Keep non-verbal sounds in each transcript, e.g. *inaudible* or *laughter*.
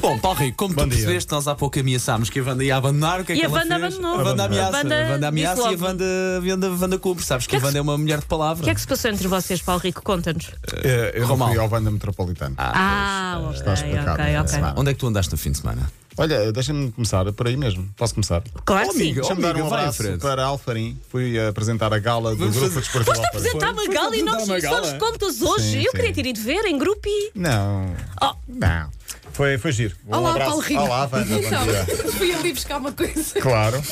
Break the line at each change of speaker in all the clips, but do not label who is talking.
Bom, Paulo Rico, como
Bom
tu
dia.
percebeste, nós há pouco ameaçaamos que a Wanda ia abandonar. O que é
E a
que ela
Wanda
fez?
abandonou.
A Wanda
Abandonou.
ameaça.
A Wanda
A Wanda ameaça
disse
e a
logo.
Wanda, a Wanda, a Wanda cumpre. Sabes que,
Que é
a
que
Wanda é uma mulher de palavra.
O que é que se passou entre vocês, Paulo Rico? Conta-nos.
Eh, Eu não
Romal.
fui ao Banda Metropolitana.
Ah, ok,
está explicado,
ok,
não é?
ok.
Vá.
Onde é que tu andaste no fim de semana?
Olha, deixa-me começar por aí mesmo. Posso começar?
Claro
Oh,
que sim.
amiga,
Deixa-me dar um
vai à
abraço
frente.
para Alfarim. Fui apresentar a gala do Grupo
fazer-
Desportivo Alfarim.
Apresentar
Foi-
uma gala e
foi
nós
apresentar uma
somos
gala.
contas hoje.
Sim,
Eu
sim.
queria ter ido ver em grupo e.
Não.
Oh.
Não. Foi, foi giro. Um
Olá,
abraço.
Paulo Rico.
Olá, Wanda. Bom dia.
Então, *laughs* fui ali buscar uma coisa
Claro.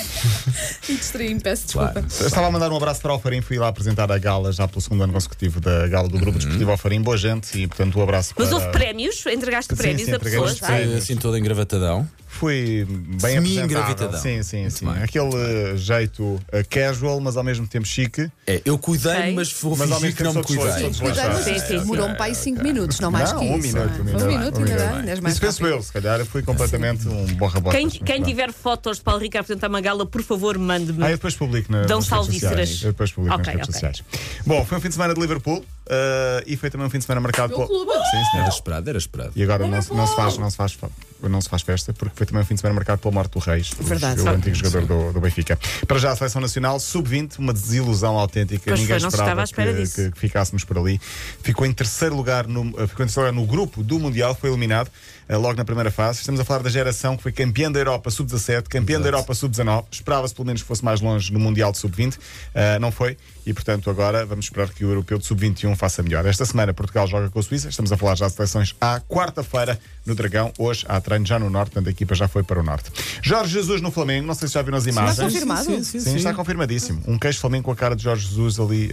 e distraí-me, peço desculpa.
Eu Estava a mandar um abraço para Alfarim, fui lá apresentar a gala já pelo segundo ano consecutivo da gala do Grupo
Uhum.
Desportivo Alfarim. Boa gente e, portanto, um abraço
Mas
para...
houve prémios? Entregaste
Sim,
prémios
sim,
a
entregamos
pessoas?
prémios.
Ai,
Foi assim todo engravatadão.
Fui bem
Semi-engravidadão.
apresentado. Sim, sim, sim.
bem,
Aquele eh, jeito eh, casual, mas ao mesmo tempo chique.
É, eu cuidei,
Ok.
mas vou
Mas ao
fingir
menos
que não me
temos outros
cuidei.
dois.
Cuidado,
Sim, sim.
Demorou-me para aí 5 minutos, não mais
não,
que
um
isso.
minuto.
não é?
Um minuto,
um minuto, ainda bem. dez mais
Isso penso
rápido.
eu, se calhar. Fui completamente um bom rabote.
Quem,
mas muito
quem
bem.
tiver fotos de Paulo Rico a apresentar uma gala, por favor, mande-me.
Ah, eu depois publico na,
Dão
nas redes
salve
sociais.
vísceras.
Eu depois publico
Ok,
nas redes
ok.
sociais. Bom, foi um fim de semana de Liverpool eh, e foi também um fim de semana marcado
Meu clube.
Sim,
Era
senhora.
esperado, era esperado.
E agora não, se- não se faz, não, se faz, fa- não se faz festa, porque foi também um fim de semana marcado pela morte do Reis, os-
Verdade.
o antigo jogador do, do Benfica. Para já a seleção nacional, sub-20, uma desilusão autêntica.
Pois
Ninguém
foi, não se estava
esperava
à espera
que,
disso.
que- que ficássemos por ali. Ficou em terceiro lugar no, eh, ficou em terceiro lugar no grupo do Mundial, foi eliminado eh, logo na primeira fase. Estamos a falar da geração que foi campeã da Europa sub-17, campeã da Europa sub-19. Esperava-se pelo menos que fosse mais longe no Mundial de sub-20, eh, não foi. E portanto agora vamos esperar que o europeu de sub-21 faça melhor. Esta semana Portugal joga com a Suíça. Estamos a falar já de seleções à quarta-feira no Dragão. Hoje há treino já no Norte, portanto a equipa já foi para o Norte. Jorge Jesus no Flamengo, não sei se já viram as imagens.
confirmado?
Ah, Sim, sim,
Sim,
sim.
está confirmadíssimo. Um queijo flamengo com a cara de Jorge Jesus ali eh,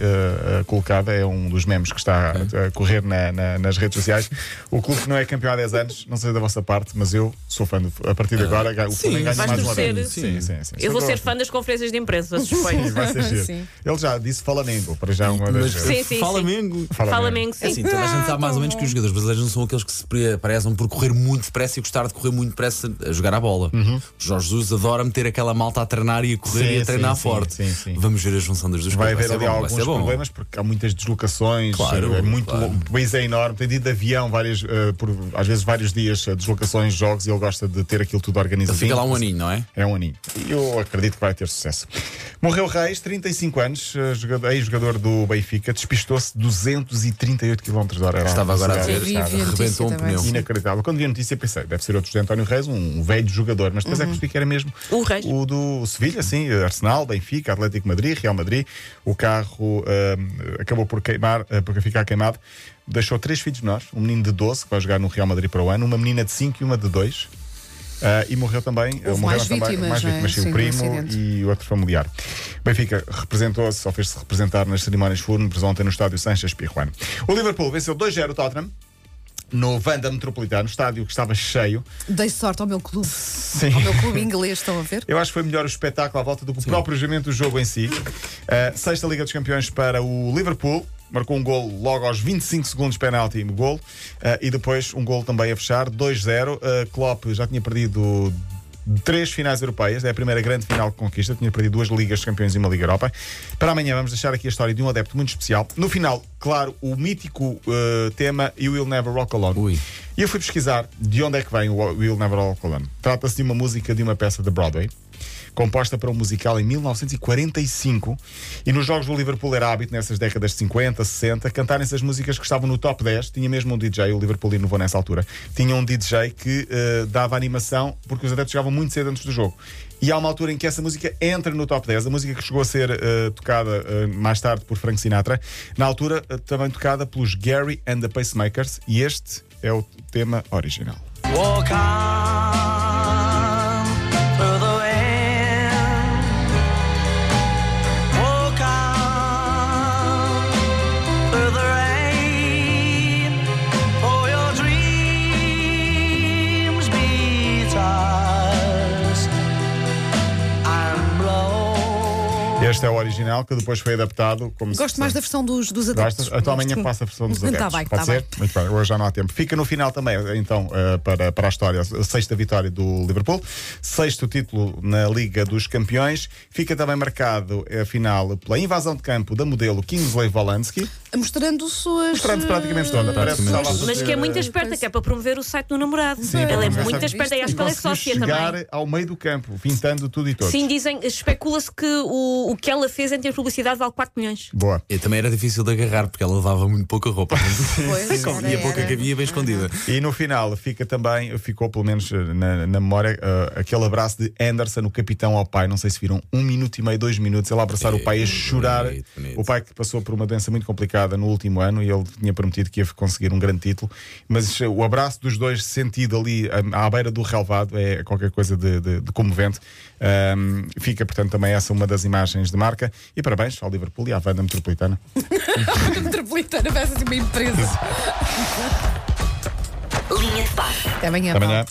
eh, colocada é um dos memes que está a, a correr na- na- nas redes sociais. O clube que não é campeão há 10 anos, não sei da vossa parte, mas eu sou fã. Do, a partir de agora, o
Ah. sim,
Flamengo ganha
vais
mais uma
torcer.
vez.
Sim.
Eu vou
Sou
ser
do-
fã das conferências de imprensa,
Sim,
suspeito. *laughs*
vai ser giro.
Sim.
Ele já disse Flamengo, para já é uma das.
Mas
Sim, sim, sim.
Flamengo.
Flamengo,
É assim,
sim.
toda a gente sabe mais ou menos que os jogadores brasileiros não são aqueles que se pre- prezam por correr muito depressa e gostar de correr muito depressa a jogar a bola. Jorge Jesus adora meter aquela malta a treinar e a correr
Uhum. Sim,
e a treinar
sim,
forte.
sim, sim, sim.
Vamos ver a junção das duas
Vai
coisas.
haver
ser
ali
bom,
alguns
vai ser bom.
problemas porque há muitas deslocações,
Claro,
é muito
claro.
longo, o país é enorme, tem de ir de avião várias, eh, por, às vezes vários dias, eh, deslocações, jogos, e ele gosta de ter aquilo tudo organizado.
Fica lá um aninho, não é?
É um aninho. E eu acredito que vai ter sucesso. Morreu Reis, 35 anos, eh, jogador- ex-jogador do Benfica, despistou-se 238 km de hora. Era
Estava agora a
uma
ver,
Eu vi, vi a notícia
rebentou um
também.
pneu.
Sim.
Inacreditável. Quando vi a notícia, pensei, deve ser outro de António Reis, um, um velho jogador, mas depois é que percebi que era mesmo
O Reis.
o do Sevilha, sim, Arsenal, Benfica, Atlético de Madrid, Real Madrid. O carro ahm, acabou por queimar, ah, por ficar queimado. Deixou três filhos menores, um menino de 12 que vai jogar no Real Madrid para o ano, uma menina de 5 e uma de 2. Ah, e morreu também,
Houve
morreram
mais vítimas,
mais
não é?
vítimas, sim,
Sim,
o
do
primo
acidente.
e outro familiar. Benfica representou-se, ou fez-se representar nas cerimónias fúnebres ontem no estádio Sanches Pirjuano. O Liverpool venceu 2-0 o Tottenham no Vanda Metropolitano, estádio que estava cheio.
Dei sorte ao meu clube.
Sim.
Ao meu clube inglês, estão a ver?
Eu acho que foi melhor o espetáculo à volta do que propriamente o jogo em si. Uh, sexta Liga dos Campeões para o Liverpool. Marcou um gol logo aos 25 segundos, penalti e gol. e depois um gol também a fechar, 2-0. Uh, Klopp já tinha perdido três finais europeias, é a primeira grande final que conquista. Tinha perdido duas Ligas dos Campeões e uma Liga Europa. Para amanhã vamos deixar aqui a história de um adepto muito especial. No final, claro, o mítico uh, tema You Will Never Rock Alone.
Ui.
E eu fui pesquisar de onde é que vem o Will Never Walk Alone. Trata-se de uma música de uma peça de Broadway, composta para um musical em 1945. E nos jogos do Liverpool era hábito, nessas décadas de 50, 60, cantarem-se as músicas que estavam no top 10. Tinha mesmo um DJ, o Liverpool inovou nessa altura. Tinha um DJ que eh, dava animação, porque os adeptos chegavam muito cedo antes do jogo. E há uma altura em que essa música entra no top 10, a música que chegou a ser eh, tocada eh, mais tarde por Frank Sinatra, na altura eh, também tocada pelos Gary and the Pacemakers, e este é o tema original.
Walk on through the wind. Walk on through the rain. For your dreams be tossed and blown.
Este é o original que depois foi adaptado. Como se
Gosto mais da versão dos, dos adeptos.
Gostas? Então amanhã passa a versão dos adeptos.
Está bem,
Pode
está
ser?
bem.
Muito bem, hoje já não há tempo. Fica no final também, então, eh, para, para a história, a sexta vitória do Liverpool, sexto título na Liga dos Campeões. Fica também marcado eh, a final pela invasão de campo da modelo Kingsley Wolanski.
Mostrando suas.
Mostrando praticamente toda. tá Parece que
Praticamente
estava a
toda.
Mas que é
fazer,
muito
eh,
esperta, que é para promover o site do namorado.
para
ela é
promover o
muito
site.
esperta e acho que ela é
conseguiu
sócia
chegar
também.
ao meio do campo, pintando tudo e todos.
Sim, dizem, especula-se que o, o que ela fez em termos de publicidade vale 4 milhões.
Boa.
E também era difícil de agarrar porque ela levava muito pouca roupa.
Pois, era,
*laughs* e a pouca
era.
que havia bem escondida.
E no final fica também, ficou pelo menos eh, na, na memória, eh, aquele abraço de Anderson, o capitão ao pai. Não sei se viram um minuto e meio, dois minutos, ele a abraçar o pai a chorar.
bonito, bonito.
O pai que passou por uma doença muito complicada no último ano e ele tinha prometido que ia conseguir um grande título. Mas eh, o abraço dos dois sentido ali eh, à beira do relvado é qualquer coisa de, de- de comovente. Ahm, fica, portanto, também essa uma das imagens de marca. E parabéns ao Liverpool e à Vanda Metropolitana.
eh, Metropolitana, parece assim uma empresa.
Linha de passe.
Até amanhã.
Até
Paulo.
amanhã.